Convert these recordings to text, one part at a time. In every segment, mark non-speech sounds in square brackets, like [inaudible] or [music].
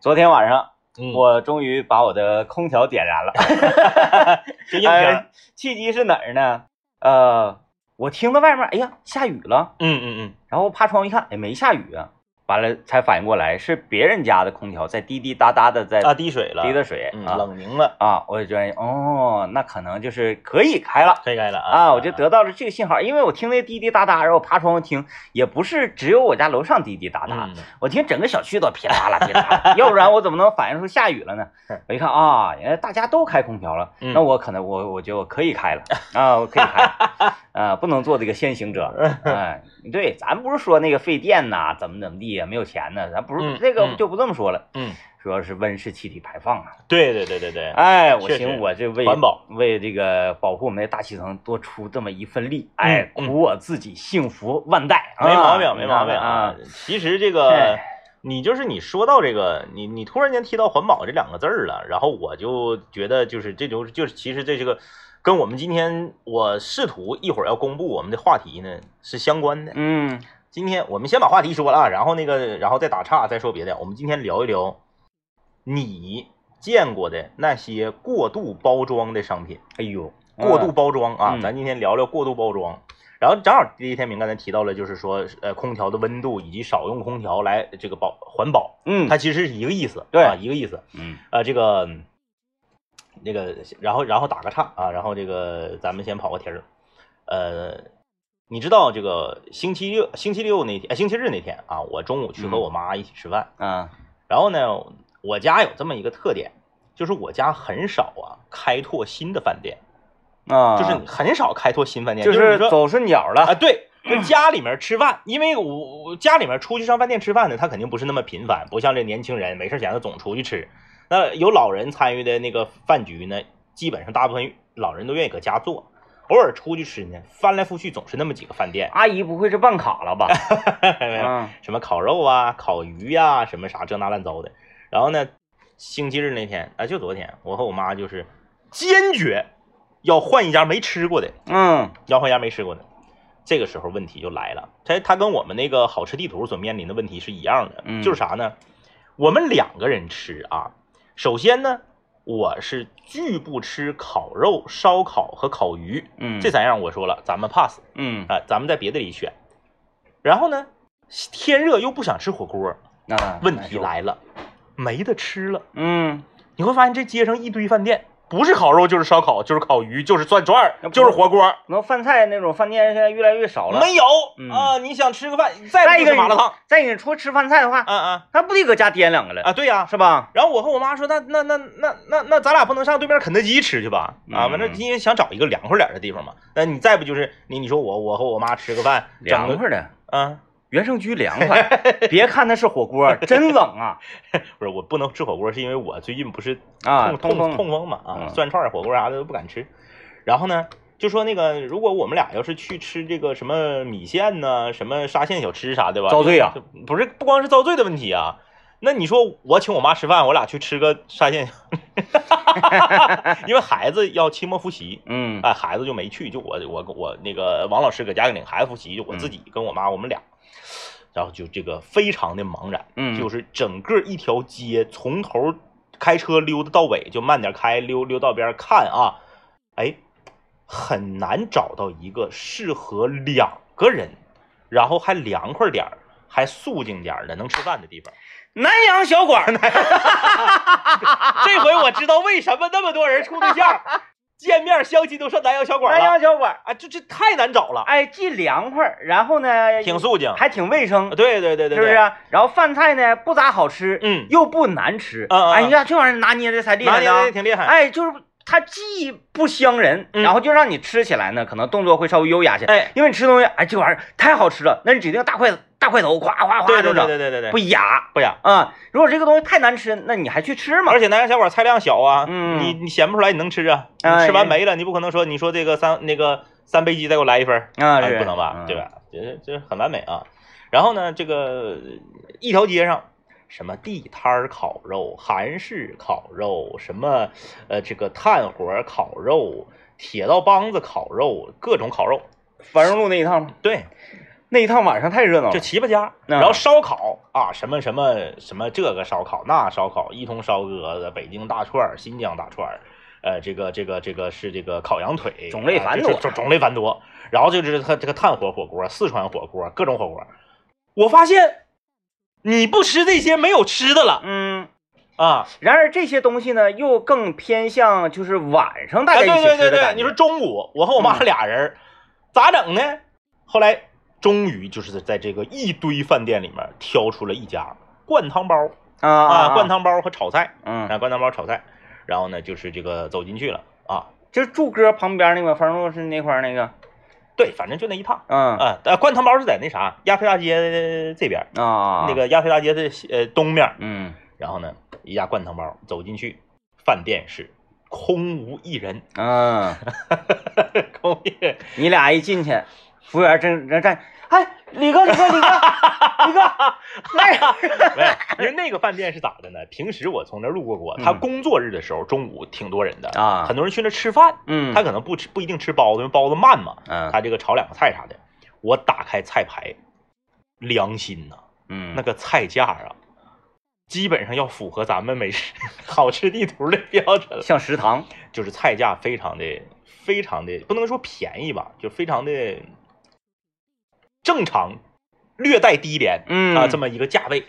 昨天晚上嗯，我终于把我的空调点燃了，这 [laughs] 硬片呃儿，契机是哪儿呢？呃，我听到外面，哎呀，下雨了，嗯嗯然后趴窗户一看，哎，没下雨啊。完了才反应过来，是别人家的空调在滴滴答答的在嗯，大滴水了，滴的水嗯，啊冷凝了，啊！我就觉得哦，那可能就是可以开了可以开了啊啊！我就得到了这个信号，因为我听那滴滴答答，然后我爬窗户听，也不是只有我家楼上滴滴答答，嗯我听整个小区都噼里啪啦噼里啪啦，要不然我怎么能反映出下雨了呢？我一看啊，原来大家都开空调了，嗯那我可能我我就可以开了啊，我可以开了 [laughs] 啊，不能做这个先行者。嗯哎，对，咱不是说那个费电呐、怎么怎么地呀，没有钱呢，咱不是嗯这个嗯就不这么说了，嗯，主要是温室气体排放啊。对对对对对，哎，我确实寻我这为环保为这个保护我们的大气层多出这么一份力，哎，嗯嗯苦我自己，幸福万代，没毛啊病，没毛病啊！。其实这个是，你就是你说到这个，你你突然间提到环保这两个字儿了，然后我就觉得就是这就是就是其实这是个跟我们今天我试图一会儿要公布我们的话题呢是相关的。嗯今天我们先把话题说了啊，然后那个然后再打岔再说别的。我们今天聊一聊你见过的那些过度包装的商品。哎呦，过度包装啊，嗯咱今天聊聊过度包装。然后正好第一天明刚才提到了，就是说呃空调的温度以及少用空调来这个保环保，嗯，它其实是一个意思，对啊，一个意思。嗯呃，这个那个，然后然后打个岔啊，然后这个咱们先跑个题儿。呃，你知道这个星期六星期六那天、呃星期日那天啊，我中午去和嗯我妈一起吃饭，啊，然后呢，我家有这么一个特点，就是我家很少啊开拓新的饭店。啊，就是你很少开拓新饭店，就就是是你说走顺脚啊，了，对，就家里面吃饭，因为我我家里面出去上饭店吃饭呢，他肯定不是那么频繁，不像这年轻人没事闲的总出去吃。那有老人参与的那个饭局呢，基本上大部分老人都愿意搁家做，偶尔出去吃呢，翻来覆去总是那么几个 [laughs] 饭店，阿姨不会是办卡了吧？哎嗯什么烤肉啊、烤鱼呀、什么啥这那乱糟的。然后呢，星期日那天啊，就昨天，我和我妈就是坚决要换一家没吃过的。嗯摇晃鸭没吃过呢。这个时候问题就来了，它它跟我们那个好吃地图所面临的问题是一样的，嗯就是啥呢？我们两个人吃啊，首先呢，我是拒不吃烤肉、烧烤和烤鱼、嗯，这三样，我说了，咱们 pass 嗯啊、咱们在别的里选。然后呢，天热又不想吃火锅，啊，问题来了，没得吃了。嗯，你会发现这街上一堆饭店，不是烤肉就是烧烤，就是烤鱼，就是涮串那儿，不就是火锅。那饭菜那种饭店现在越来越少了。没有嗯啊！你想吃个饭，再再不一就个是麻辣烫，再你出吃饭菜的话，啊啊那不得搁家颠两个了，啊！对呀、是吧？然后我和我妈说，那那那那那那咱俩不能上对面肯德基吃去吧？啊，嗯反正因为想找一个凉快点的地方嘛。那你再不就是你你说我我和我妈吃个饭，整凉个快的，啊，原生居凉快，别看它是火锅，真冷啊不是我不能吃火锅，是因为我最近不是啊！痛通痛风，痛风嘛啊，嗯涮串儿、火锅啥的都不敢吃。然后呢，就说那个如果我们俩要是去吃这个什么米线呐、什么沙县小吃啥的吧，遭罪啊！这不是不光是遭罪的问题啊。那你说我请我妈吃饭，我俩去吃个沙县， [laughs] 因为孩子要期末复习，嗯哎，孩子就没去，就我我我那个王老师搁家领孩子复习，就我自己跟我妈我们俩，然后就这个非常的茫然，嗯就是整个一条街从头开车溜达到尾，就慢点开，溜溜到边儿看啊，哎，很难找到一个适合两个人，然后还凉快点儿，还肃静点儿的能吃饭的地方。南阳小馆儿，这回我知道为什么那么多人处对象，见面相亲都上南阳小馆南了。阳小馆儿，啊，这这太难找了。哎，既凉快儿，然后呢，挺肃静，啊还挺卫生，对对对是对，不是对？啊？然后饭菜呢不咋好吃，嗯又不难吃，嗯嗯嗯哎呀，这玩意儿拿捏的才厉拿害捏的呢。挺厉害。哎，就是它既不香人，嗯然后就让你吃起来呢，可能动作会稍微优雅些。哎，因为你吃东西，哎，这玩意儿太好吃了，那你指定大块子大块头，夸夸对夸对就对整，对对对对，不雅不雅。啊。如果这个东西太难吃，那你还去吃吗而？且南阳小馆菜量小啊，嗯你你显不出来你能吃啊，你哎吃完没了，你不可能说你说这个三那个三杯鸡再给我来一份儿，啊，哎是不能吧，嗯对吧？这这很完美啊。然后呢，这个一条街上。什么地摊儿烤肉、韩式烤肉，什么呃这个炭火烤肉、铁道帮子烤肉，各种烤肉。繁荣路那一趟吗？对，那一趟晚上太热闹了这。七八家，哦那然后烧烤啊，什么什么什么这个烧烤那烧烤，一通烧鸽子，北京大串儿，新疆大串儿，呃，这个这个这个是这个烤羊腿，种类繁多啊这这种类繁多。然后就是它这个炭火火锅、四川火锅，各种火锅。我发现你不吃这些没有吃的了嗯，啊！然而这些东西呢，又更偏向就是晚上大哎，家一对起对吃对的对，感你觉。说中午我和我妈嗯俩人儿咋整呢？后来终于就是在这个一堆饭店里面挑出了一家灌汤包。啊啊啊，灌，汤包和炒菜，嗯，啊，灌汤包炒菜，然后呢，就是这个走进去了啊，就是柱哥旁边那个方路是那块儿那个，对，反正就那一趟嗯啊啊，呃，灌汤包是在那啥亚非大街这边，啊那，个亚非大街的西呃东面，嗯，然后呢，一家灌汤包走进去，饭店是空无一人， [laughs] 嗯，空无一人，你俩一进去，服务员正正站，哎，李哥，李哥，李哥，李哥， [laughs] 来，没有，因为那个饭店是咋的呢？平时我从那儿路过过，他嗯工作日的时候中午挺多人的啊很多人去那吃饭，嗯，他可能不吃不一定吃包子，因为包子慢嘛，嗯他这个炒两个菜啥的，我打开菜牌，良心呐、嗯那个菜价啊，基本上要符合咱们美食 [laughs] 好吃地图的标准了，像食堂，就是菜价非常的非常的不能说便宜吧，就非常的正常，略带低廉嗯啊这么一个价位。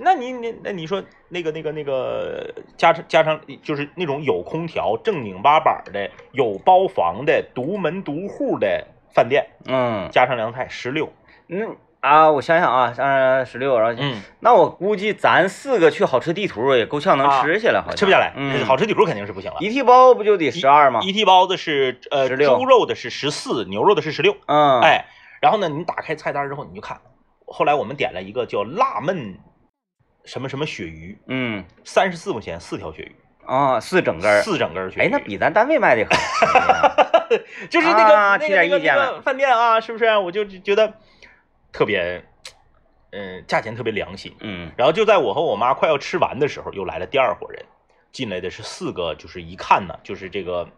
那你你那你说那个那个那个加上加上就是那种有空调、正经八板的、有包房的、独门独户的饭店，嗯，加上凉菜十六。那啊，我想想啊，三十六，然后嗯，那我估计咱四个去好吃地图也够呛能吃下来，好像啊吃不下来，嗯，好吃地图肯定是不行了。啊一屉包不就得十二吗？一屉包子是呃16猪肉的是十四，牛肉的是十六。嗯，，哎，然后呢，你打开菜单之后你就看，后来我们点了一个叫辣焖什么什么鳕鱼，嗯，三十四块钱四条鳕鱼，啊，四整根儿，四整根儿鳕鱼。哎，那比咱单位卖的可 [laughs] 好，就是那个、啊那提个那点个意见那了个饭店啊，是不是？我就觉得特别，嗯、价钱特别良心。嗯然后就在我和我妈快要吃完的时候，又来了第二伙人，进来的是四个，就是一看呢，就是这个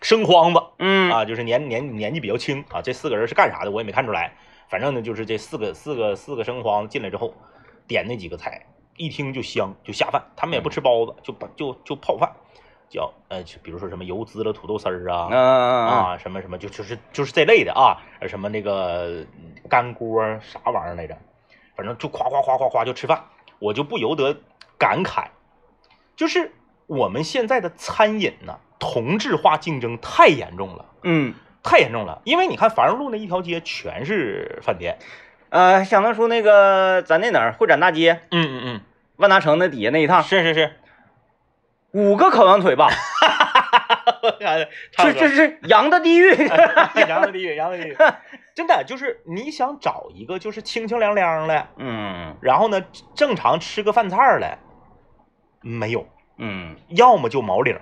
生筐子嗯啊，就是年年年纪比较轻啊，这四个人是干啥的我也没看出来，反正呢就是这四个四个四个生筐子进来之后，点那几个菜，一听就香就下饭，他们也不吃包子，就把就就泡饭，叫呃就比如说什么油滋了土豆丝儿啊，嗯嗯啊，什么什么，就就是就是这类的啊，呃什么那个呃干锅儿啥玩意儿来着，反正就夸夸夸夸夸就吃饭，我就不由得感慨，就是我们现在的餐饮呢，同质化竞争太严重了，嗯，太严重了。因为你看繁荣路那一条街全是饭店，呃，想当初那个咱那哪儿会展大街嗯嗯万达城那底下那一嗯，趟，是是 [laughs] 是，五个烤羊腿 [laughs] 吧，差这 [laughs] 不多这是羊的地 [laughs] 狱，杨子弟，杨子弟， [laughs] 真的就是你想找一个就是清清凉凉的。嗯然后呢，正常吃个饭菜儿来，没有，嗯要么就毛领，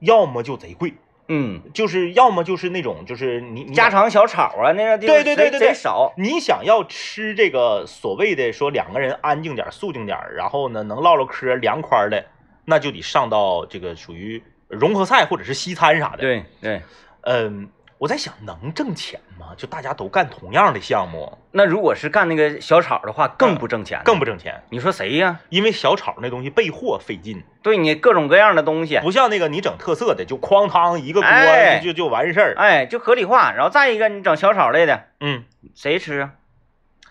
要么就贼贵，嗯，就是要么就是那种就是你你家常小炒啊，那个地方对对对贼对对贼少，你想要吃这个所谓的说两个人安静点儿、肃静点儿，然后呢能唠唠嗑、凉快儿的，那就得上到这个属于融合菜或者是西餐啥的。，对对。嗯，我在想能挣钱吗？就大家都干同样的项目，那如果是干那个小炒的话，更不挣钱了，嗯更不挣钱，你说谁呀？因为小炒那东西备货费劲。对你各种各样的东西，不像那个你整特色的，就哐当一个锅哎就就就完事儿。哎，就合理化。然后再一个，你整小炒类的，嗯，谁吃啊？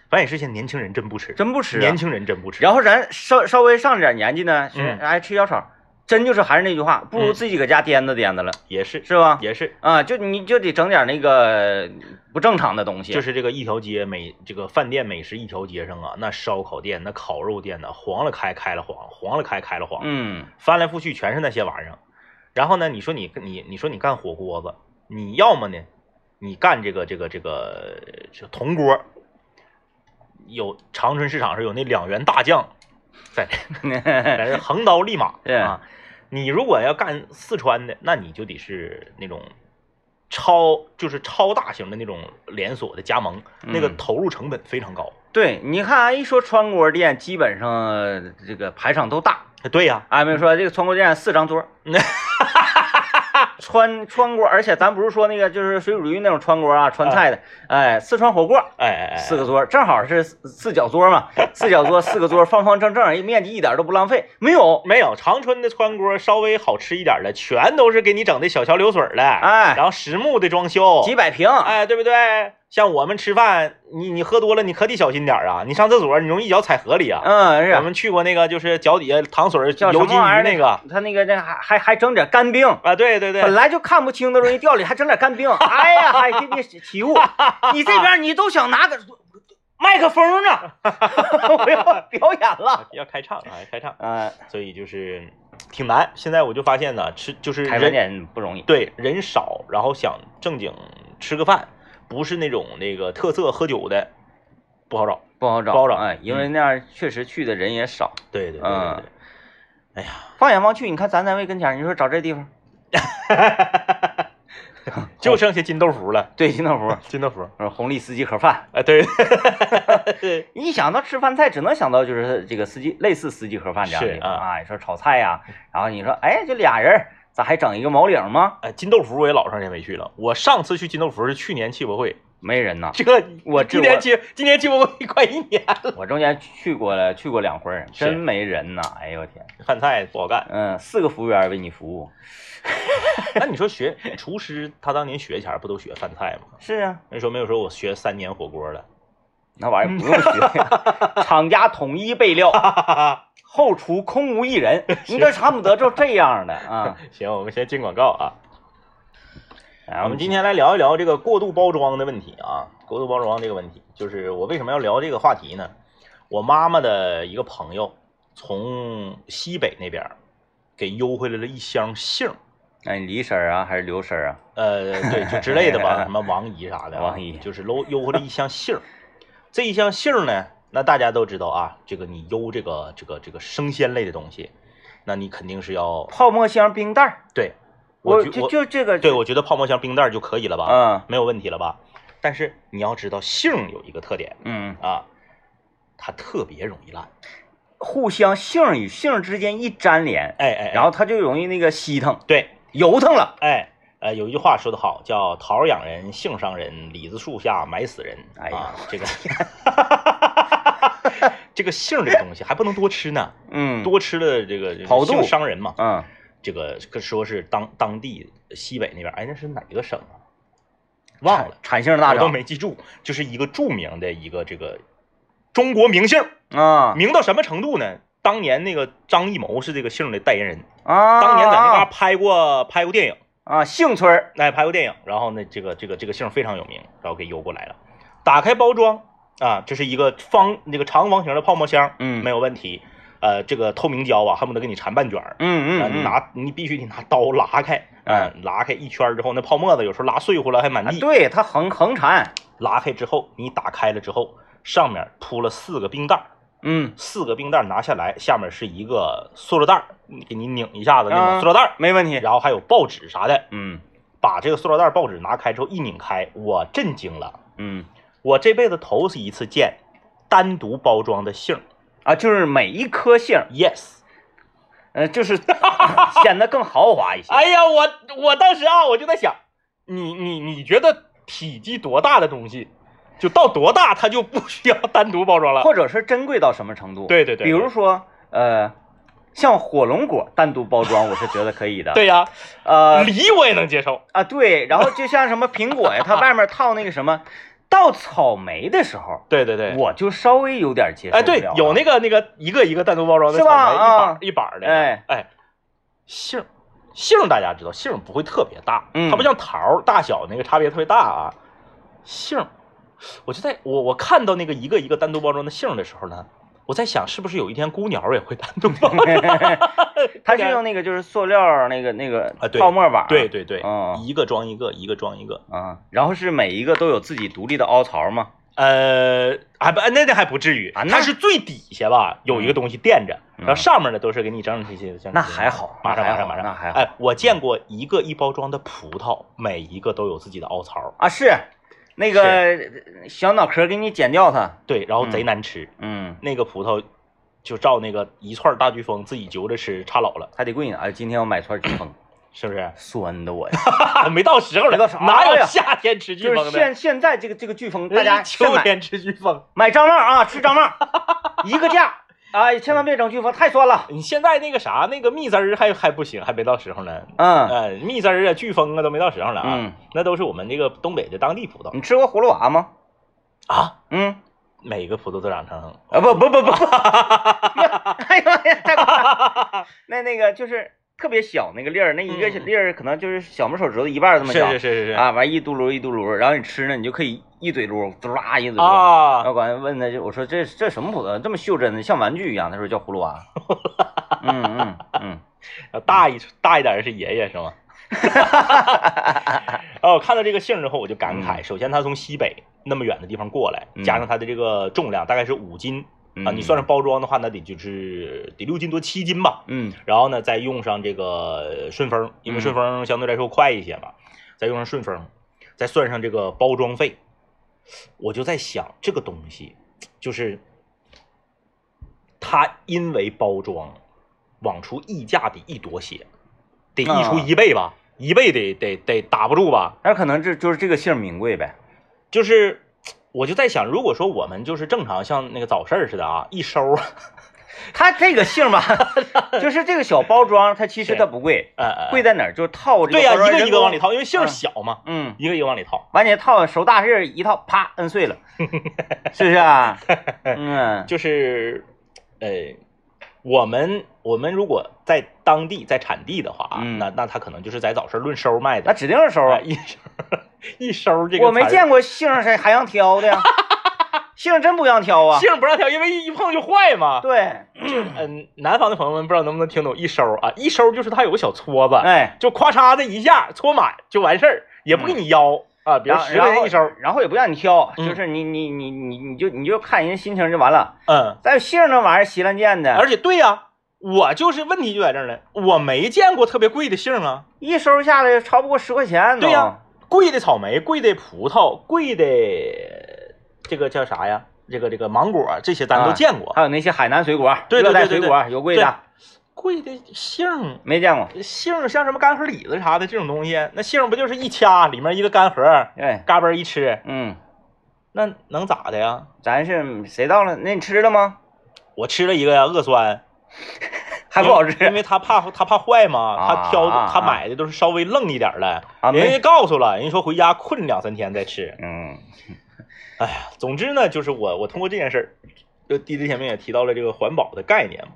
反正也是现在年轻人真不吃，真不吃、啊年。轻人真不吃。然后咱稍稍微上点年纪呢，是嗯哎吃小炒，真就是还是那句话，不如自己搁家颠子颠子了，也是是吧？也是，啊，就你就得整点那个不正常的东西，就是这个一条街美这个饭店美食一条街上啊，那烧烤店、那烤肉店呢，黄了开开了黄，黄了开开了黄，嗯翻来覆去全是那些玩意儿。然后呢，你说你你你说你干火锅子，你要么呢，你干这个这个这个呃这铜锅，有长春市场上有那两员大将 [laughs] 在这。在这横刀立马对啊！你如果要干四川的，那你就得是那种超就是超大型的那种连锁的加盟，那个嗯投入成本非常高。对，你看啊，一说川锅店，基本上呃这个排场都大。对呀、嗯俺们说这个川锅店四张桌， [laughs] 川川锅，而且咱不是说那个就是水煮鱼那种川锅啊，川菜的，哎，四川火锅，哎哎哎，四个桌，正好是四四角桌 [laughs] 嘛，四角桌四个桌方方正正，面积一点都不浪费，没有，没有长春的川锅稍微好吃一点的，全都是给你整的小桥流水的，哎然后实木的装修，几百平，哎，对不对？像我们吃饭，你你喝多了，你可得小心点儿啊！你上厕所，你容易一脚踩河里啊！嗯，我是们去过那个，就是脚底下淌水儿叫什油么金鱼玩意儿那个他那个那还还还整点干冰。啊，对对对，本来就看不清的容易掉里，还整点 [laughs] 干冰，哎呀，还给你起雾。你这边你都想拿个麦克风呢， [laughs] 我要表演 [laughs] 了。要开唱啊，要开唱，嗯，所以就是挺难。现在我就发现呢，吃就是开饭人店不容易。对人少，然后想正经吃个饭，不是那种那个特色喝酒的，不好找。不好找，不好找哎，因为那样确实去的人也少。对对对对嗯对，放眼望去，你看咱单位跟前儿，你说找这地方， [laughs] 就剩下金豆腐了，对，新豆福，金豆腐，呃红利司机盒饭。哎，对，你一想到吃饭菜，只能想到就是这个司机，类似司机盒饭这样的是地方啊啊。你说炒菜呀、然后你说，哎，就俩人儿，咋还整一个毛领吗？哎，金豆腐我也老长时间没去了。我上次去金豆腐是去年汽博会，没人呐。这我今这年我去今年汽博会 [laughs] 快一年了，我中间去过了，去过两回儿，是真没人呐。哎呦我天，饭菜不好干。嗯，四个服务员为你服务。那你说学厨师，他当年学前不都学饭菜吗？是啊，那时候没有说我学三年火锅了，那玩嗯意儿不用学， [laughs] 厂家统一备 [laughs] 料。后厨空无一人，你这差不得就这样的 [laughs] 啊。行，我们先进广告啊。哎我们今天来聊一聊这个过度包装的问题啊，过度包装这个问题，就是我为什么要聊这个话题呢？我妈妈的一个朋友从西北那边儿给邮回来了一箱杏儿，哎，李婶儿啊，还是刘婶儿啊？呃， [laughs] 对，就之类的吧，什么王姨啥的啊，王姨就是搂邮回来一箱杏儿。这一箱杏儿呢，那大家都知道啊，这个你邮这个这个这个生鲜类的东西，那你肯定是要泡沫箱冰袋儿，对我觉就我就这个，对，我啊觉得泡沫箱冰袋儿就可以了吧，嗯没有问题了吧？但是你要知道，杏儿有一个特点嗯，啊，它特别容易烂。互相性与性之间一粘连，哎哎，然后后它就容易那个吸腾、对，油腾了。哎呃，有一句话说得好，叫“桃儿养人，杏伤人，李子树下埋死人”。哎呀 [laughs] 啊，这个这个杏儿这个东西还不能多吃呢，嗯，，多吃了这个这个跑杏肚伤人嘛。嗯，这个可说是当当地西北那边，哎，那是哪个省啊？忘了，产性大我都涨没记住，就是一个著名的一个这个中国名杏儿，啊名到什么程度呢？当年那个张艺谋是这个杏儿的代言人，啊！当年在那嘎啊拍过拍过电影。啊，杏村儿哎，拍过电影，然后呢，这个这个这个姓非常有名，然后给邮过来了。打开包装啊，这是一个方那个长方形的泡沫箱，嗯没有问题。呃，这个透明胶啊，恨不得给你缠半卷儿。嗯啊嗯你嗯，拿你必须得拿刀拉开，啊，拉开一圈儿之后，那泡沫子有时候拉碎乎了还满啊地。对，它横横缠，拉开之后，你打开了之后，上面铺了四个冰袋儿，嗯，四个冰袋儿拿下来，下面是一个塑料袋儿，给你拧一下子那啊种塑料袋儿，没问题。然后还有报纸啥的，嗯把这个塑料袋报纸拿开之后一拧开，我震惊了，嗯我这辈子头一次见单独包装的杏儿啊，就是每一颗杏儿， ，yes。呃，就是 [laughs] 显得更豪华一些。哎呀，我我当时啊，我就在想，你你你觉得体积多大的东西，就到多大它就不需要 [laughs] 单独包装了。或者是珍贵到什么程度？对对对对比如说，呃，像火龙果单独包装，我是觉得可以的。，对呀、呃梨我也能接受。啊对，然后就像什么苹果呀，它外面套那个什么，到草莓的时候，对对对，我就稍微有点接受哎不了对了。，有那个那个一个一个单独包装的是草吧莓，一把、啊一把的。哎哎，杏儿杏儿大家知道，杏儿不会特别大，嗯它不像桃儿大小那个差别特别大啊。杏儿，我就在我我看到那个一个一个单独包装的杏儿的时候呢，我在想是不是有一天孤鸟也会单独 [laughs] 包装。它是用那个就是塑料那个那个啊对泡沫碗，对对对，嗯一个装一个，一个装一个。啊，然后是每一个都有自己独立的凹槽嘛，呃，还不那那还不至于啊那它是最底下吧有一个东西垫着，嗯然后上面的都是给你整整齐齐的。整整齐齐那的还好，马上马那还上好马上那还好哎，我见过一个一包装的葡萄，每一个都有自己的凹槽，啊是。那个小脑壳给你剪掉它，对，然后嗯贼难吃。嗯，那个葡萄就照那个一串大飓风自己揪着吃，差老了。啊还得跪呢。哎，今天我买串菊风，是不 [laughs] 是？酸的我呀，没到时候了，没到时候哪哎有呀夏天吃就飓是风的？现现在这个这个飓风，大人家家先秋买天吃飓风，买张望啊，吃张望，一个价，哎，千万别整飓风，太酸了。你现在那个啥，那个蜜汁儿还还不行，还没到时候呢。嗯呃，蜜汁儿啊，飓风啊，都没到时候呢啊。嗯，那都是我们这个东北的当地葡萄你吃过葫芦娃吗？啊，嗯每个葡萄都长成啊不不 [laughs] 不不，哎呦哎呀太夸张了，那那个就是特别小那个粒儿，那一个嗯粒儿可能就是小拇手指头一半儿这么是小是是是是啊，完一嘟噜一嘟噜，然后你吃呢，你就可以一嘴噜，嘟啦一嘴噜。然啊后管问他就我说这这什么葡萄这么袖珍的，像玩具一样？他说叫葫芦 [laughs] 娃。嗯嗯嗯，大一大一点儿是爷爷是吗？ [laughs] 哦，看到这个姓儿之后我就感慨，首先他从西北那么远的地方过来，嗯加上他的这个重量大概是五斤啊，嗯你算上包装的话，那得就是得六斤多七斤吧。嗯然后呢，再用上这个顺丰，因为顺丰相对来说快一些嘛，再用上顺丰，再算上这个包装费，我就在想这个东西，就是它因为包装往出溢价得溢多些，得溢出啊一倍吧，一倍得得得打不住吧，那可能这就是这个姓名贵呗。就是。我就在想，如果说我们就是正常像那个早市儿似 [laughs] 的啊，一收，他这个姓 [laughs] 吧，就是这个小包装，它其实它不贵， [laughs] 呃，贵在哪儿？就是套这对呀、包装一个一人个工往里。掏，因为姓儿嗯小嘛，嗯，一个一个往里掏。完你套手大事儿一套，啪摁碎了，是不是啊？ [laughs] 嗯就是，呃，我们我们如果在当地在产地的话啊，嗯那那他可能就是在早市论收卖那的，指定是收啊哎。一收一收这个我没词儿见过姓儿谁还让挑的 [laughs] 呀，姓儿真不让挑啊。姓不让挑，因为一一碰就坏嘛。对，嗯，南方的朋友们不知道能不能听懂一收啊？一收就是它有个小搓子，哎，就咔嚓的一下搓满就完事儿，也不给你腰、啊，比如然后十块钱一收，然后也不让你挑，嗯就是你你你你你就你就看人家心情就完了。嗯，再有姓儿那玩意儿稀烂贱的，而且对呀、我就是问题就在这儿了，我没见过特别贵的姓啊。一收下来超不过十块钱都。对呀贵的草莓，贵的葡萄，贵的呃这个叫啥呀？这个这个芒果，这些咱都啊见过。还有那些海南水果、对热对带对对水对果有贵的，贵的杏，没见过。杏像什么干核李子啥的这种东西，那杏不就是一掐里面一个干核，哎，嘎嘣儿一吃，嗯，那能咋的呀？咱是谁到了？那你吃了吗？我吃了一个呀，恶酸，还不好吃因为因为他怕他怕坏嘛，他挑啊啊他买的都是稍微愣一点儿的，啊？人家没，告诉了，人家说回家困两三天再吃。嗯哎呀，总之呢，就是我我通过这件事儿，就弟弟前面也提到了这个环保的概念嘛，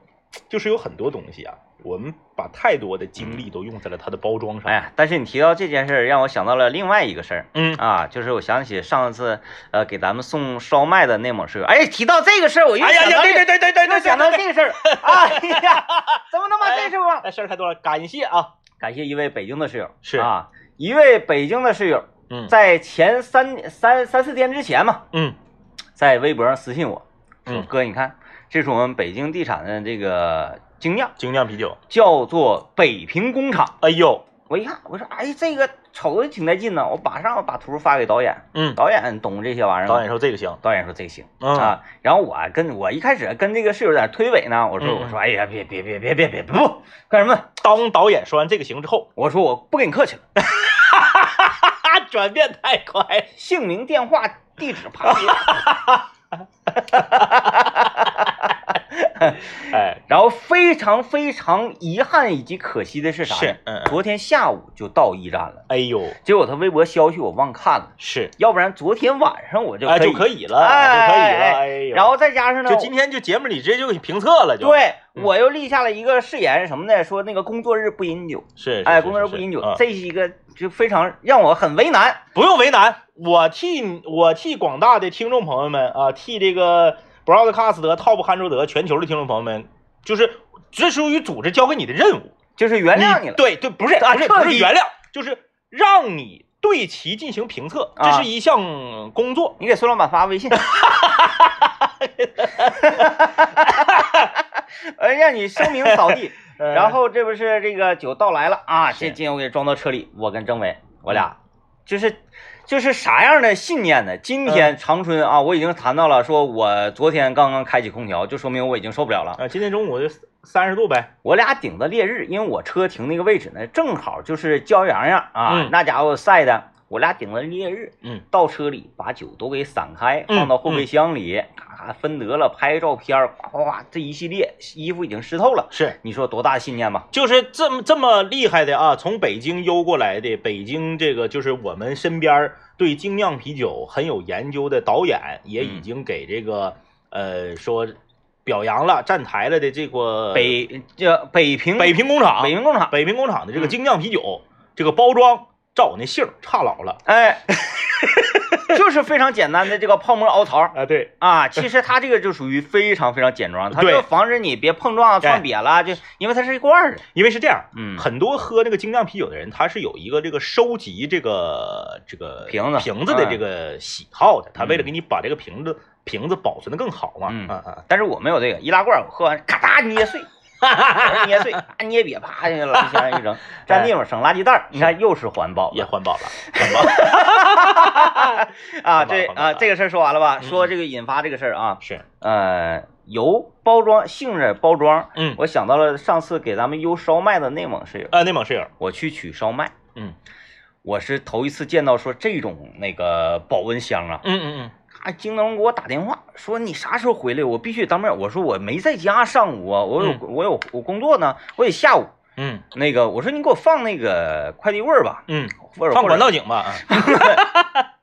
就是有很多东西啊，我们把太多的精力都用在了它的包装上。哎呀，但是你提到这件事儿，让我想到了另外一个事儿嗯，啊，就是我想起上次呃给咱们送烧麦的那某室友，哎，提到这个事儿，我又哎呀想呀，到这对对对对对又对，哎想想到到这个事儿，哎呀，怎么能把这事儿忘？啊那事儿太多了，感谢啊，感谢一位北京的室友，是啊，一位北京的室友嗯在前三三三四天之前嘛，嗯在微博上私信我说：“嗯，哥，你看，这是我们北京地产的这个精酿，精酿啤酒，叫做北平工厂。哎呦，”我一看，我说：“哎，这个瞅着挺带劲呢。”我马上把图发给导演，嗯，导演懂这些玩意儿吗导演说这个行，导演说这个行、嗯啊，然后我跟我一开始跟这个室友在那推诿呢，我说嗯嗯我说哎呀别别别别别别不干什么，当导演说完这个行之后，我说我不跟你客气了，哈，转变太快了，姓名电话地 [laughs] 址啪，哎，然后非常非常遗憾以及可惜的是啥呢？是，嗯，嗯昨天下午就到驿站了，哎呦，结果他微博消息我忘看了，是，要不然昨天晚上我就哎，可以，就可以了，就可以哎了，哎呦，然后再加上呢，就今天就节目里直接就给评测了，就，对、嗯我又立下了一个誓言什么的，说那个工作日不饮酒，是，是哎，是工作日是不饮酒，嗯这一个就非常让我很为难。不用为难，我替我替广大的听众朋友们啊，替这个 Broadcast 的 Top 汉州德全球的听众朋友们，就是这属于组织交给你的任务，就是原谅你了。对对，不是啊不是彻底不是原谅，就是让你对其进行评测，这啊是一项工作。你给孙老板发微 [laughs] 信， [laughs] 呃，让你声名扫地。然后这不是这个酒到来了啊，呃是嗯这今天我给装到车里，我跟政委我俩就是就是啥样的信念呢？今天长春嗯啊，我已经谈到了，说我昨天刚刚开启空调，就说明我已经受不了了。啊，今天中午就三十度呗，我俩顶着烈日，因为我车停那个位置呢，正好就是骄阳阳啊，嗯那家伙晒的，我俩顶着烈日，嗯，到车里把酒都给散开，嗯放到后备箱里，咔咔、分得了，拍照片儿，哗哗哗，这一系列衣服已经湿透了，是，你说多大信念吧？就是这么这么厉害的啊，从北京邮过来的，北京这个就是我们身边儿对精酿啤酒很有研究的导演，也已嗯经给这个、呃说表扬了、站台了的这个呃北这北平北平工厂，北平工厂，北平工厂的这个嗯精酿啤酒，这个包装照我那姓儿差老了哎， [laughs] 就是非常简单的这个泡沫凹槽。啊，对，啊，其实它这个就属于非常非常简装，它对就防止你别碰撞啊、哎撞瘪了，就因为它是一罐儿的。因为是这样，嗯，很多喝那个精酿啤酒的人，他是有一个这个收集这个这个瓶子瓶子的这个喜好的，他为了嗯给你把这个瓶子瓶子保存的更好嘛，嗯啊啊，但是我没有这个易拉罐，我喝完咔嚓捏 [laughs] 碎，捏碎，啊捏瘪，啪就垃圾箱一扔，占地方省垃圾袋儿。你看又是环保哎也了环保了，环保啊！环保这环保啊这个事儿说完了吧？嗯说这个引发这个事儿啊，是，呃，油包装杏仁包装，嗯我想到了上次给咱们邮烧麦的内蒙室友，啊，内蒙室友，我去取烧麦，嗯我是头一次见到说这种那个保温箱啊，嗯嗯嗯，啊，京东给我打电话说你啥时候回来，我必须当面。我说我没在家，上午啊，我有、嗯我有我工作呢，我得下午。嗯那个我说你给我放那个快递味儿吧，嗯，或者放或管者道井吧，啊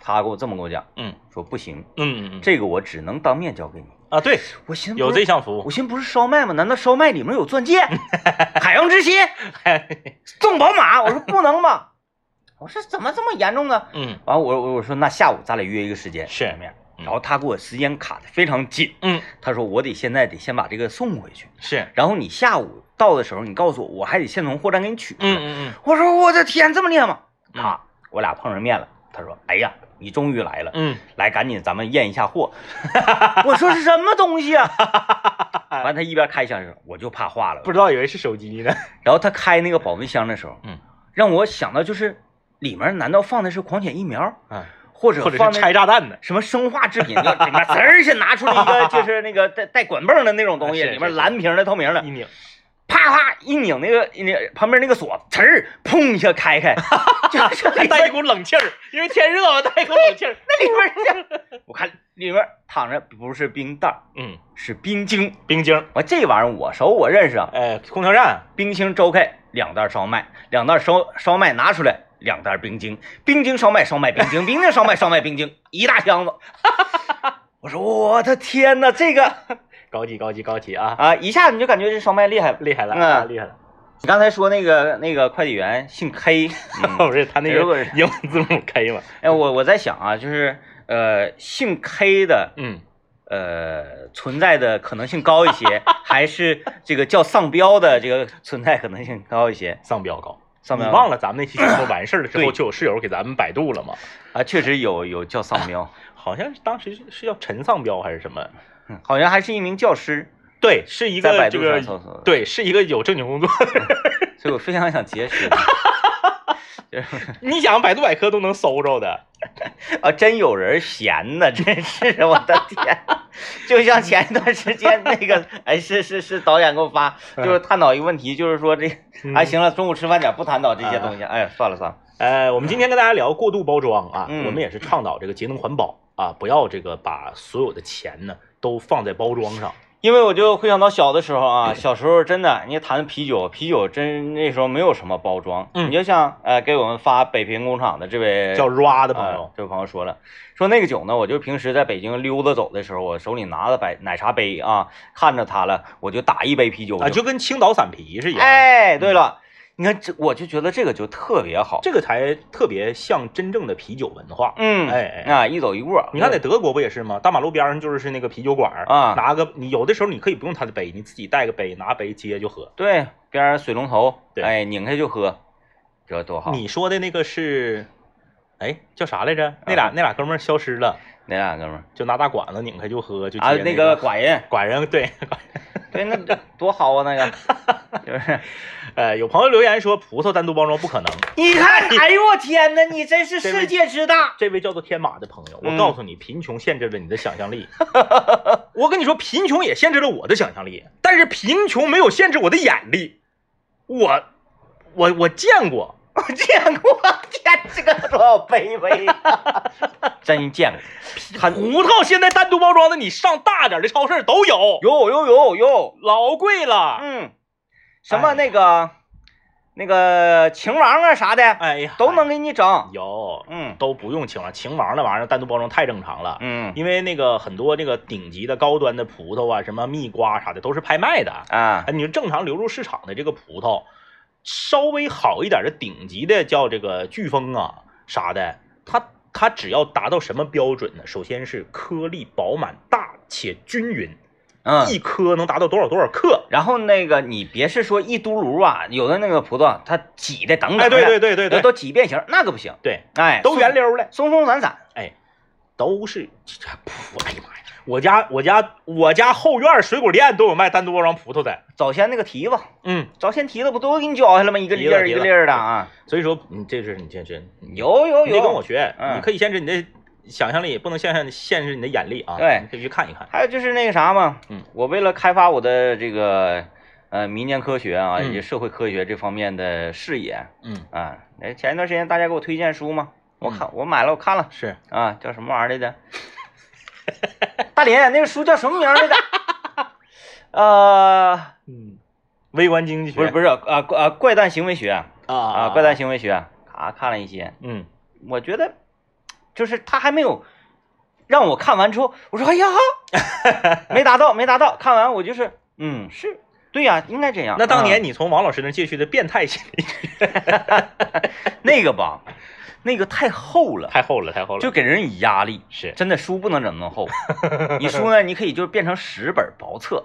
他给我这么跟我讲，嗯说不行，嗯嗯嗯，这个我只能当面交给你。啊对，我寻思有不是这，项服务我，寻思不是烧麦吗？难道烧麦里面有 [laughs] 钻戒？海洋之心送宝马？我说不能吧， [laughs] 我说怎么这么严重呢？嗯完我我我说那下午咱俩约一个时间是见面，然后他给我时间卡的非常紧。嗯他说我得现在得先把这个送回去，是，然后你下午到的时候你告诉我，我还得现从货站给你取。嗯，嗯我说我的天，这么厉害吗？嗯啊，我俩碰上面了。他说，哎呀，你终于来了，嗯来赶紧咱们验一下 [laughs] 货。我说是什么东西啊？ [laughs] 完他一边开箱的时候，我就怕化了嗯，。不知道以为是手机呢，然后他开那个保温箱的时候，嗯，让我想到就是里面难道放的是狂犬疫苗， [laughs] 嗯，或者或者放是的拆炸弹呢，什么生化制品，就 [laughs] 里面滋儿一下拿出了一个就是那个带带管泵的那种东西， [laughs] 啊是是里面蓝瓶的、透明的 [laughs] 一，拧，啪啪一拧那个那旁边那个锁，呲儿砰一下开开， [laughs] 就是里带一面股冷气儿，因为天热嘛，带一股冷气儿，那里面是，我看里面躺着不是冰袋儿，嗯，是冰晶。冰晶。我这玩意儿我熟，我认识啊。哎，空调站，冰晶周开两袋烧麦，两袋烧烧麦拿出来两袋冰晶，冰晶烧麦烧麦冰晶，冰晶烧麦烧麦冰晶，一大箱子。 [laughs] 我说我的天哪，这个。高级高级高级啊，啊，一下子你就感觉这烧麦厉害了。厉害了，嗯啊厉害了。你刚才说那个那个快递员姓 K，、嗯、 [laughs] 不是他那如果个是英文字母 K 嘛？哎，我我在想啊，就是呃，姓 K 的嗯，呃存在的可能性高一 [laughs] 些，还是这个叫丧彪的这个存在可能性高一些？ [laughs] 丧标高。丧你彪忘了咱们那期节目完事儿了之后，对就有室友给咱们百度了嘛？啊，确实有有叫丧彪，好像是当时是是叫陈丧标还是什么？嗯好像还是一名教师，对，是一在个百这度上个搜索的，对，是一个有正经工作。 [laughs] 所以我非常想结识。就是你想百度百科都能搜着的，啊，真有人闲呢，真是我的天！就像前一段时间那个，哎，是是是，导演给我发，就是探讨一个问题，就是说这，哎，嗯啊行了，中午吃饭点不探讨这些东西，哎，算了算了，呃，我们今天跟大家聊过度包装啊，嗯我们也是倡导这个节能环保啊，不要这个把所有的钱呢都放在包装上。因为我就回想到小的时候啊，小时候真的，你谈啤酒，啤酒真那时候没有什么包装，嗯你就像呃，给我们发北平工厂的这位叫 ra 的朋呃友，这位朋友说了，说那个酒呢，我就平时在北京溜达走的时候，我手里拿着白奶茶杯啊，看着它了，我就打一杯啤酒啊，就跟青岛散啤是一样的。哎，对了，你看这，我就觉得这个就特别好。这个才特别像真正的啤酒文化。嗯，哎哎啊，一走一过，你看，在德国不也是吗？大马路边上就是是那个啤酒馆儿啊拿个你有的时候你可以不用他的杯，你自己带个杯，拿杯接就喝。对边上水龙头，对哎，拧开就喝，这多好。你说的那个是，哎，叫啥来啊着？那俩那俩哥们儿消失了，哪俩哎哥们儿就拿大管子拧开就喝，就接啊？那那个管人，管人对， [laughs] 对，那多好啊，那个就是呃，有朋友留言说葡萄单独包装不可能，你看，哎呦我天哪，你真是这位世界之大。这位叫做天马的朋友，我嗯告诉你，贫穷限制了你的想象力。 [laughs] 我跟你说，贫穷也限制了我的想象力，但是贫穷没有限制我的眼力。我，我， [laughs] 我见过，我见过，天，这个多少卑微啊呀！真见过，葡萄现在单独包装的，你上大点的超市都有，有有有有，老贵了。嗯，什么哎那个、那个秦王啊啥的，哎呀，都能给你整。有，嗯都不用秦王，秦王那玩意儿单独包装太正常了。嗯因为那个很多那个顶级的高端的葡萄啊，什么蜜瓜啥的，都是拍卖的。啊哎，你就正常流入市场的这个葡萄，稍微好一点的顶级的叫这个飓风啊啥的，它它只要达到什么标准呢？首先是颗粒饱满、大且均匀，嗯，一颗能达到多少多少克？然后那个你别是说一嘟噜啊，有的那个葡萄它挤的等等的，哎，对对对对对都挤变形，那个不行。对，哎，都圆溜的，松松散散。哎，都是这葡，哎呀妈呀！我家我家我家后院水果店都有卖单独包装葡萄的，早先那个提子，嗯，早先提子不都给你绞下来吗？一个粒儿提一子个粒儿的啊。所以说你这是你这是你有有你得跟有。我学，嗯你可以限制你的想象力，不能限限限制你的眼力啊。对你可以去看一看。还有就是那个啥嘛，嗯，我为了开发我的这个呃民间科学啊嗯以及社会科学这方面的视野嗯，啊，哎，前一段时间大家给我推荐书嘛，我看我买了，我看了是啊，叫什么玩意儿来 [laughs] 着？大林，那个书叫什么名儿来着？ [laughs] 呃，嗯，微观经济学不是不是，啊怪啊怪诞行为学啊啊，怪诞行为学啊，看了一些，嗯我觉得就是他还没有让我看完之后，我说哎呀，没达到，没达到。看完我就是嗯，是对呀、应该这样。那当年嗯你从王老师那借去的变态心理嗯那个吧，那个太厚了，太厚了，太厚了，就给人以压力。是真的书不能整那么 [laughs] 厚，你书呢，你可以就变成十本薄册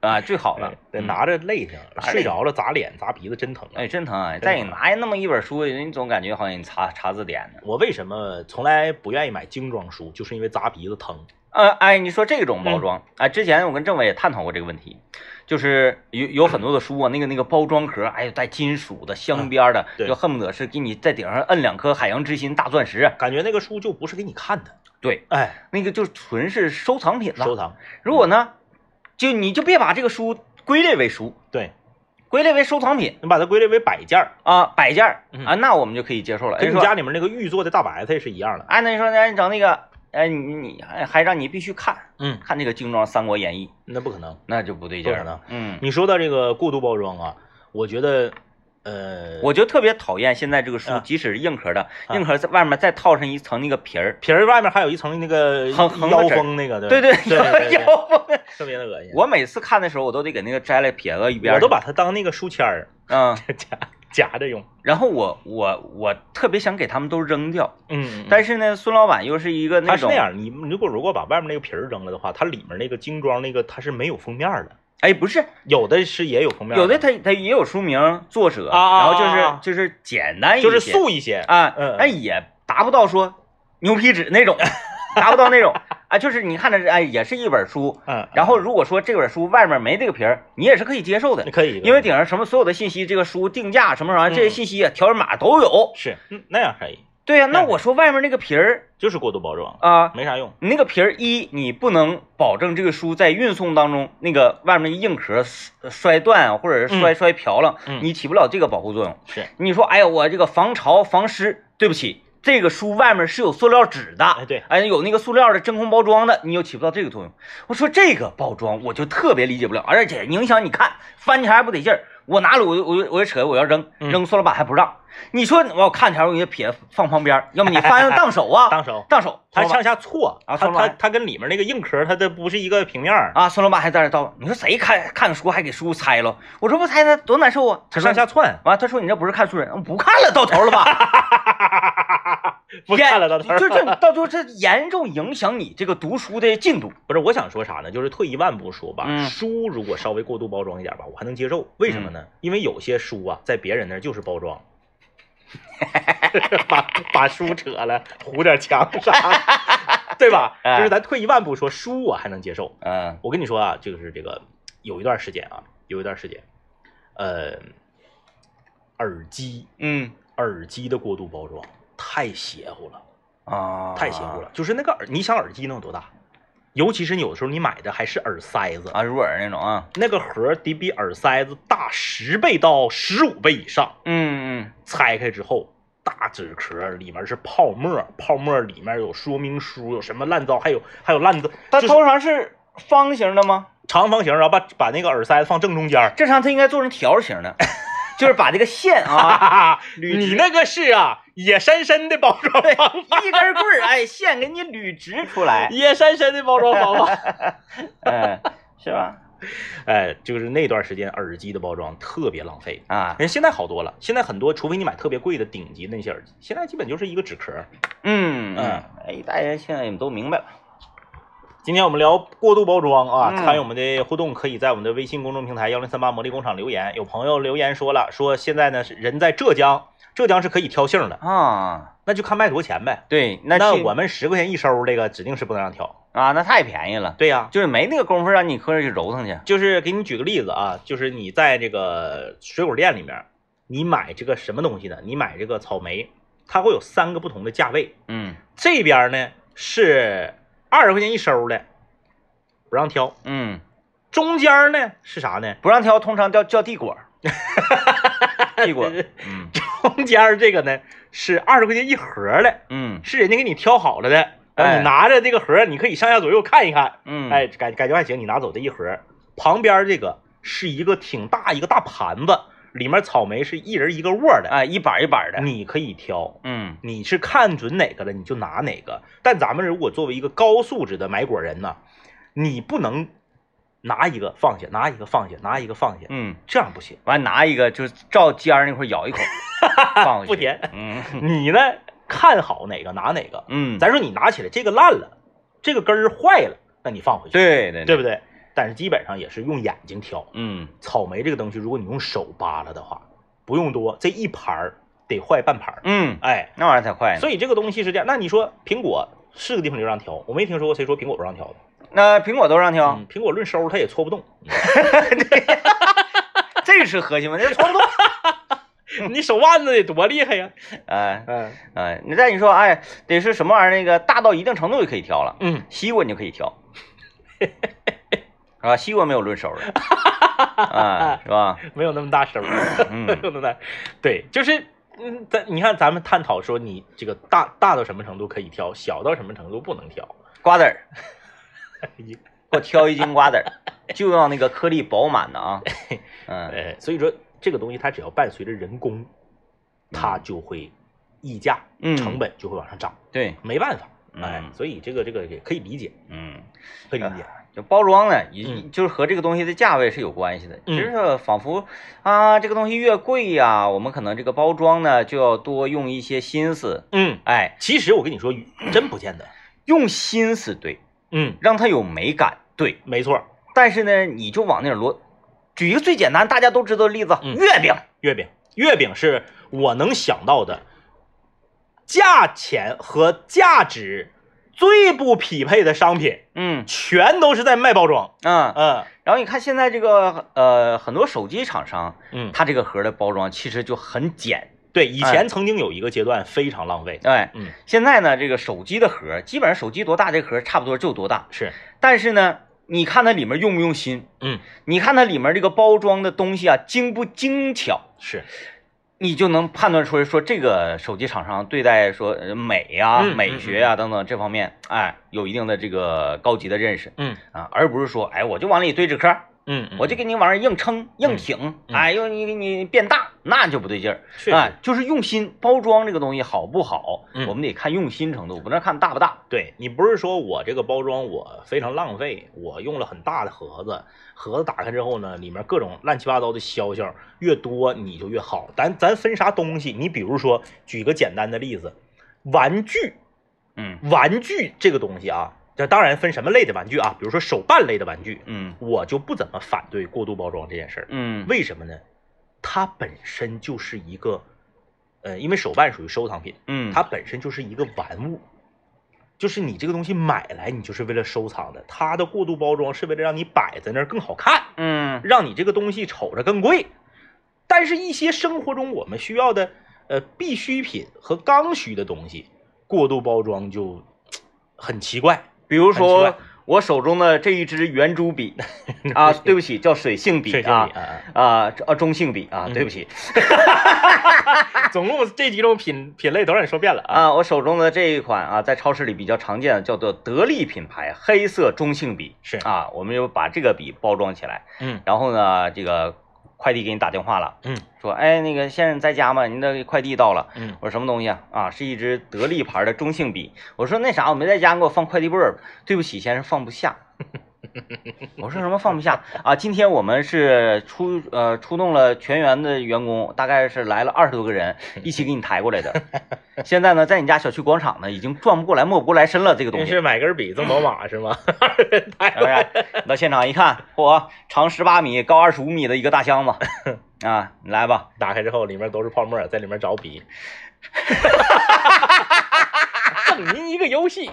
啊，最好了对。嗯得拿着累上了，拿着睡着了砸脸砸鼻子真疼啊。哎，真疼啊！疼再给你拿那么一本书，你总感觉好像你查查字典呢。我为什么从来不愿意买精装书，就是因为砸鼻子疼。呃，哎，你说这种嗯包装，哎，之前我跟政委也探讨过这个问题，就是有有很多的书啊，那个那个包装壳，哎呦，带金属的、镶边的，嗯对就恨不得是给你在顶上摁两颗海洋之心大钻石，感觉那个书就不是给你看的，对，哎，那个就纯是收藏品收了。藏，如果呢，就你就别把这个书归类为书，对归类为收藏品你把它归类为摆件儿，啊，摆件儿嗯啊，那我们就可以接受了。哎，跟你说，家里面那个玉做的大白菜是一样的。哎，那你说，哎，你整那个，哎，你你还还让你必须看嗯，看这个精装《三国演义》，那不可能。那就不对劲不儿可能了。嗯。你说到这个过度包装啊，我觉得，呃，我就特别讨厌现在这个书啊，即使是硬壳的，啊硬壳在外面再套上一层那个皮儿。皮儿外面还有一层那个横横的腰纸封那个，对对对，对对对腰封。特别的恶心。我每次看的时候，我都得给那个摘了撇到一边儿我去。都把它当那个书签儿 [laughs] 嗯，夹夹着用。然后我我我特别想给他们都扔掉，嗯但但是呢，孙老板又是一个它那是种那，样，你你如果如果把外面那个皮儿扔了的话，它里面那个精装那个它是没有封面的，哎，不是，有的是也有封面，有的他他也有书名、作者，啊啊然啊后就是啊就是简单一些，就是素一些。啊嗯，但也达不到说牛皮纸 [laughs] 那种，达不到那种啊，就是你看着哎，也是一本书，嗯，啊然后如果说这本书外面没这个皮儿，你也是可以接受的你，可以，因为顶上什么所有的信息，这个书定价什么啥，嗯这些信息啊、条纹码都有。是嗯那样可以，对呀、那那我说外面那个皮儿就是过度包装，啊，没啥用。你那个皮儿一你不能保证这个书在运送当中那个外面硬壳摔摔断啊或者是摔摔瓢了，嗯你起不了这个保护作用。是，你说哎呀，我这个防潮防湿，对不起。这个书外面是有塑料纸的，哎对哎，有那个塑料的真空包装的，你又起不到这个作用。我说这个包装我就特别理解不了，而且影响你看翻起来还不得劲儿，我拿了我就我就我就扯，我要扔，嗯扔塑料板还不让。你说我看条我给你撇放旁边儿，要么你 [laughs] 翻当手啊，当手，当手，它好吧向下错，啊它说它完它跟里面那个硬壳，它这不是一个平面儿，啊，孙老板还在那叨，你说谁看看书还给书拆了？我说不拆那多难受啊！它他上下窜，完，他说你这不是看书人，嗯不看了，到头了吧？ [laughs] 不看了到头儿。就 [laughs] 这到头这严重影响你这个读书的进度。不是，我想说啥呢？就是退一万步说吧，嗯书如果稍微过度包装一点吧，我还能接受。为什么呢？因为有些书啊，在别人那儿就是包装，把把书扯了，糊点墙啥， [laughs] 对吧？嗯啊哎有一段时间，呃，耳机嗯耳机的过度包装太邪乎了，啊，太邪乎了。就是那个耳，你想耳机能有多大？尤其是你有的时候你买的还是耳塞子，啊，入耳那种啊，那个盒儿得比耳塞子大十倍到十五倍以上。嗯拆开之后，大纸壳里面是泡沫，泡沫里面有说明书，有什么烂糟，还有还有烂子嗯，，它就是通常是方形的吗？长方形，然后把把那个耳塞放正中间儿。正常它应该做成条形 [laughs] 的，就是把这个线哈啊，哈哈，铝 [laughs] 你那个是啊，野山参的包装对方法， [laughs] 一根棍儿，哎，线给你捋直出来， [laughs] 野山参的包装方法。 [laughs] 嗯，是吧？哎，就是那段时间耳机的包装特别浪费。啊，人现在好多了，现在很多，除非你买特别贵的顶级的那些耳机，现在基本就是一个纸壳。嗯嗯，哎，大家现在也都明白了，今天我们聊过度包装啊，嗯参与我们的互动，可以在我们的微信公众平台幺零三八魔力工厂留言。有朋友留言说了，说现在呢是人在浙江，浙江是可以挑杏的，啊，那就看卖多少钱呗。对，那那那我们十块钱一收，这个指定是不能让挑。啊，那太便宜了，对呀、就是没那个功夫让你搁这去揉腾去，就是给你举个例子啊，就是你在这个水果店里面，你买这个什么东西呢？你买这个草莓，它会有三个不同的价位。嗯这边呢是二十块钱一收的，不让挑。嗯，中间呢是啥呢？不让挑，通常叫叫地果儿，地果儿，嗯 [laughs] 中间儿这个呢是二十块钱一盒儿的，嗯是人家给你挑好了的，然后哎你拿着这个盒儿，你可以上下左右看一看，嗯，哎，感感觉还行，你拿走这一盒儿。旁边儿这个是一个挺大一个大盘子，里面草莓是一人一个窝儿的，哎，一板儿一板儿的，你可以挑，嗯你是看准哪个了你就拿哪个。但咱们如果作为一个高素质的买果人呢，你不能拿一个放下，拿一个放下，拿一个放下，嗯，这样不行。完拿一个就是照尖儿那块儿 [laughs] 咬一口，放回去，不甜，嗯你呢看好哪个拿哪个，嗯，咱说你拿起来这个烂了，这个根儿坏了，那你放回去，对对对，不对？但是基本上也是用眼睛挑。嗯草莓这个东西，如果你用手扒拉的话，不用多，这一盘儿得坏半盘儿。嗯，哎，那玩意儿才快呢。所以这个东西是这样。那你说苹果是个地方就让挑，我没听说过谁说苹果不让挑的。那苹果都让挑，嗯，苹果论收它也搓不动， [laughs] [laughs] 这个是核心问题， [laughs] 冲动。你手腕子得多厉害呀！哎嗯哎，你再你说，哎，得是什么玩意儿？那个大到一定程度就可以挑了，嗯，西瓜你就可以挑， [laughs] 是吧？西瓜没有论手的，啊，是吧？没有那么大收入。 [laughs] 嗯对不对？对，就是嗯，咱你看咱们探讨说你这个大大到什么程度可以挑，小到什么程度不能挑。瓜子 [laughs] 儿，给我挑一斤瓜子儿，就要那个颗粒饱满的 [laughs] 啊。嗯呃，所以说这个东西它只要伴随着人工，它就会溢价，嗯成本就会往上涨，对，没办法。哎，嗯所以这个这个也可以理解，嗯，可以理解。就包装呢，也嗯就是和这个东西的价位是有关系的。嗯只是说仿佛啊，这个东西越贵呀、我们可能这个包装呢就要多用一些心思。嗯，哎，其实我跟你说，真不见得。用心思对，嗯，让它有美感对。没错，但是呢，你就往那儿摞。举一个最简单大家都知道的例子，嗯月饼。月饼，月饼是我能想到的价钱和价值最不匹配的商品。嗯全都是在卖包装。啊，嗯然后你看现在这个呃，很多手机厂商，嗯，它这个盒的包装其实就很简，对，以前曾经有一个阶段非常浪费。哎，嗯，现在呢，这个手机的盒基本上手机多大，这盒差不多就多大，是，但是呢，你看它里面用不用心，嗯你看它里面这个包装的东西啊，精不精巧，是，你就能判断出来说这个手机厂商对待说呃美呀、嗯美学呀、等等这方面，哎，有一定的这个高级的认识嗯啊，而不是说，哎，我就往里堆纸壳，嗯，嗯我就给你往上硬撑、硬嗯挺，嗯哎，又你你变大，那就不对劲儿。确啊实，，就是用心包装这个东西好不好，嗯我们得看用心程度，不能看大不大。对你不是说我这个包装我非常浪费，我用了很大的盒子，盒子打开之后呢，里面各种乱七八糟的消消越多你就越好。咱咱分啥东西？你比如说，举个简单的例子，玩具，嗯玩具这个东西啊，这当然分什么类的玩具啊，比如说手办类的玩具，嗯我就不怎么反对过度包装这件事儿。嗯，为什么呢？它本身就是一个，呃，因为手办属于收藏品，嗯它本身就是一个玩物，就是你这个东西买来你就是为了收藏的，它的过度包装是为了让你摆在那儿更好看，嗯嗯让你这个东西瞅着更贵。但是，一些生活中我们需要的呃必需品和刚需的东西，过度包装就很奇怪。比如很说奇怪我手中的这一支圆珠 [laughs] 笔啊，对不起，叫水性笔水性啊笔啊，啊啊中性笔啊，嗯对不起啊 [laughs] 总共这几种品品类都让你说遍了啊。啊，我手中的这一款啊，在超市里比较常见的叫做得力品牌黑色中性笔是啊，我们就把这个笔包装起来，嗯然后呢，这个快递给你打电话了，嗯说哎那个先生在家吗？您的快递到了。嗯，我说什么东西啊？啊，是一支得力牌的中性笔。我说那啥，我没在家，给我放快递部儿。对不起，先生，放不下。 [laughs] 我说什么放不下啊？今天我们是出呃出动了全员的员工，大概是来了二十多个人，一起给你抬过来的。现在呢，在你家小区广场呢，已经转不过来，没不过来身了。这个东你西，是买根笔 [laughs] 赠宝马是吗？是哎不是？你到现场一看，嚯，长十八米、高二十五米的一个大箱子啊，你来吧。打开之后里面都是泡沫，在里面 [laughs] 找笔。赠您一个 [laughs] 游戏，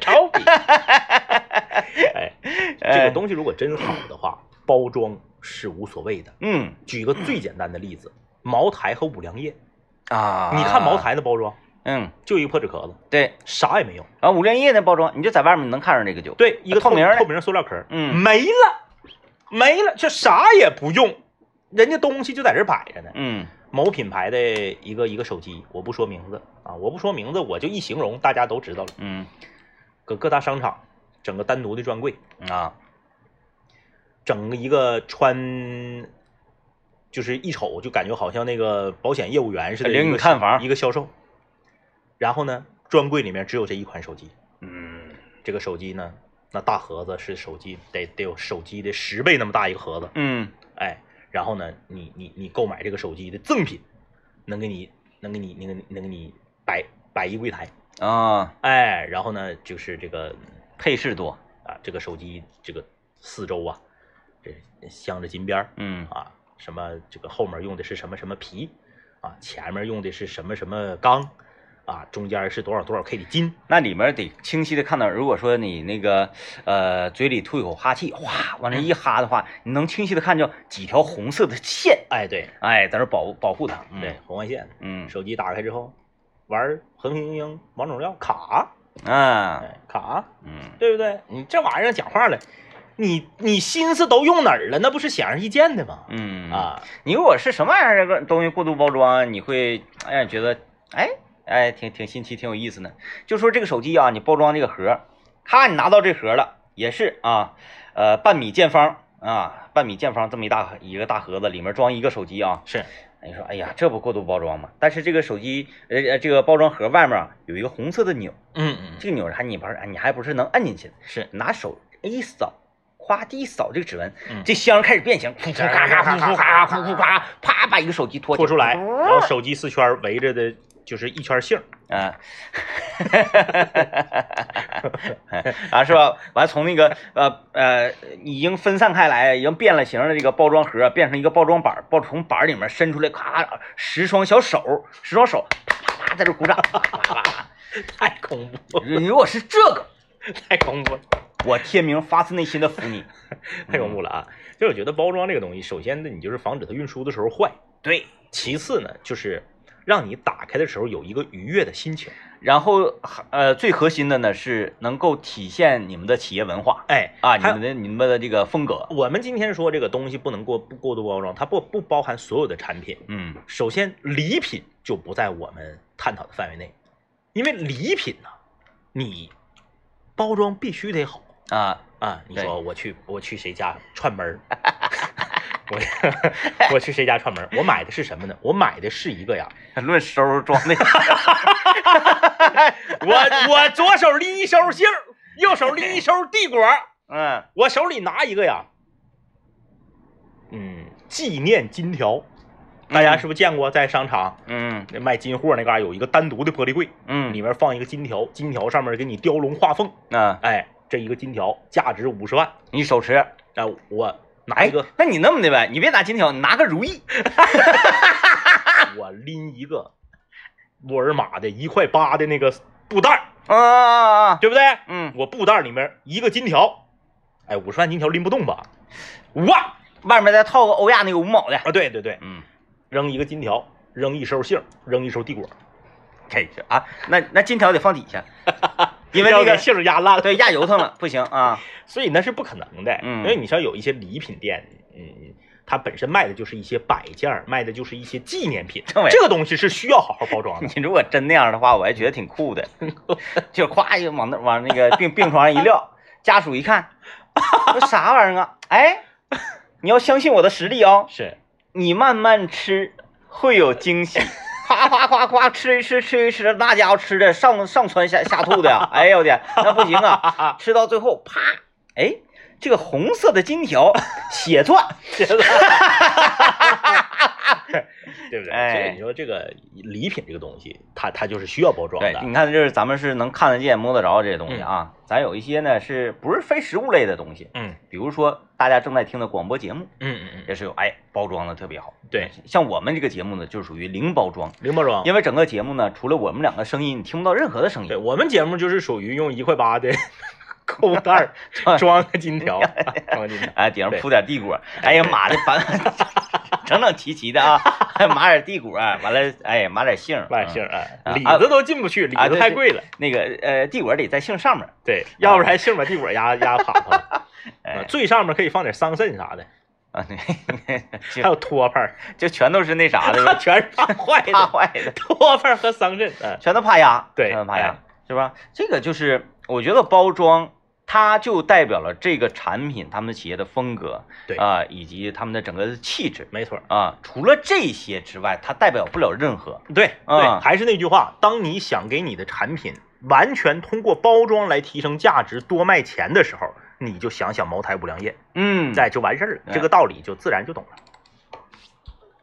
找笔。哎， [laughs] 这个哎东西如果真好的话，包装是无所谓的。嗯举个最简单的例子，茅台和五粮液，啊，你看茅，台的包装嗯，就一个破纸壳子，对。啥也没有，啊，五粮液那包装，你就在外面能看上这个酒。，对，一个透明儿的透明儿塑料壳儿，嗯没了，没了，这啥也不用，人家东西就在这儿摆着呢。嗯某品牌的一个一个手机，我不说名字啊，我不说名字，我就一形容，大家都知道了。嗯搁各大商场整个单独的专柜，啊，整个一个穿，就是一瞅就感觉好像那个保险业务员似的，领一你个看房一个销售。然后呢，专柜里面只有这一款手机，嗯这个手机呢，那大盒子是手机得得有手机的十倍那么大一个盒子，嗯哎，然后呢，你你你购买这个手机的赠品，能给你能给你能给你能给你摆摆一柜台，啊，哎，然后呢就是这个配饰多，啊这个手机这个四周啊，这镶着金边儿嗯啊，什么这个后面用的是什么什么皮啊，前面用的是什么什么钢啊，中间是多少多少 K 的金，那里面得清晰的看到，如果说你那个呃嘴里吐一口哈气，哗往那一哈的话，你能清晰的看见几条红色的线，哎，对哎，在那保保护它。嗯对，，红外线。嗯手机打开之后，玩儿和平精英、王者荣耀卡，啊，哎，卡，嗯对不对？你这玩意儿讲话了，你你心思都用哪儿了？那不是显而易见的吗？嗯，啊，你如果是什么玩意儿这个东西过度包装，你会哎让你觉得哎哎挺挺新奇，挺有意思呢。就说这个手机啊，你包装这个盒儿，咔你拿到这盒了，也是啊，呃半米见方啊，半米见方这么一大盒一个大盒子，里面装一个手机啊。是你说哎呀，这不过度包装吗？但是这个手机呃呃这个包装盒外面啊有一个红色的钮，嗯嗯，这个钮儿还你不是你还不是能摁进去的，是拿手一扫，夸地一扫这个指纹，嗯这箱开始变形，库库咔咔库库咔咔库库咔咔，啪把一个手机拖拖出来，啊、然后手机四圈围着的就是一圈 [laughs] 杏儿， [laughs] 啊是吧？完从那个呃呃已经分散开来，已经变了形的这个包装盒变成一个包装板儿，包从板儿里面伸出来，咔十双小手，十双手啪啪啪在这鼓掌。 [laughs] 啪啪啪太恐怖，如果是这个，嗯太恐怖了，我天明发自内心的服你。太恐怖了啊！就是我觉得包装这个东西，首先呢，你就是防止它运输的时候坏，对，其次呢，就是让你打开的时候有一个愉悦的心情。然后呃最核心的呢是能够体现你们的企业文化。哎啊，你还有们的你们的这个风格，我们今天说这个东西不能过不过度包装，它不不包含所有的产品。嗯首先，礼品就不在我们探讨的范围内，因为礼品呢、你包装必须得好啊，啊。你对说我去我去谁家串门儿，我 [laughs] 我去谁家串门儿，我买的是什么呢？我买的是一个呀，论收装的，我我左手拎一收杏儿，右手拎一收地果儿， [laughs] 嗯我手里拿一个呀，嗯，纪念金条，大家是不是见过在商场？嗯那卖金货那嘎、有一个单独的玻璃柜，嗯，里面放一个金条，金条上面给你雕龙画凤，啊，哎，这一个金条价值五十万，你手持，哎，我拿哎一个，，那你那么的呗，你别拿金条，你拿个如意，哎我拎一个沃尔玛的一块八的那个布袋儿，啊啊啊，对不对？嗯，我布袋儿里面一个金条，哎，五十万金条拎不动吧？五万，外面再套个欧亚那个五毛的，啊，对对对，嗯，扔一个金条，扔一收杏，扔一收地果，给这啊，那那金条得放底 [laughs] 下，因为要那个给杏儿压烂了，对压油腾了，不行啊，所以那是不可能的。嗯因为你像有一些礼品店，嗯，它本身卖的就是一些摆件儿，卖的就是一些纪念品，政委这个东西是需要好好包装的。 [laughs] 你如果真那样的话，我还觉得挺酷的，就夸一往那往那个病病床上一撂，家属一看，这啥玩意儿啊？哎，你要相信我的实力哦， [laughs] 是，你慢慢吃会有惊喜。夸夸夸夸吃一吃吃一吃，那家伙吃的上上蹿下下吐的呀！哎呦我天，那不行啊！吃到最后，啪，哎，这个红色的金条血钻，真的对不对？哎所以你说这个礼品这个东西，它它就是需要包装对的，。你看，就是咱们是能看得见、摸得着这些东西啊。咱有一些呢，是不是非食物类的东西？嗯比如说大家正在听的广播节目，嗯嗯嗯，也是有哎包装的特别好。对，像我们这个节目呢，就属于零包装，零包装。因为整个节目呢，除了我们两个声音，你听不到任何的声对音。我们节目就是属于用一块 [laughs] 八的购物袋儿装个金条，装 [laughs] 个金条。哎，顶对上铺点地果，哎 [laughs] 呀妈的，反整整齐齐的啊，还码点地果，完了哎码点杏儿，万幸啊，啊李子都进不去，李啊子对太对贵了。嗯那个呃地果得在杏上面，对，要不啊然杏儿把地果压压趴它了。 [laughs] 啊哎最上面可以放点桑葚啥的，啊那还 [laughs] 就有托盘儿，就全都是那啥的它 [laughs] 呗， [laughs] 全是怕坏哎怕的，坏的。托盘儿和桑葚。嗯，全都怕压，对全都怕哎压，是吧？这个就是我觉得包装，它就代表了这个产品他们企业的风格，对啊、以及他们的整个的气质没错儿。啊、除了这些之外，它代表不了任何。对对，嗯还是那句话，当你想给你的产品完全通过包装来提升价值、多卖钱的时候，你就想想茅台、五粮液，嗯，哎，就完事儿了。哎这个道理就自然就懂了。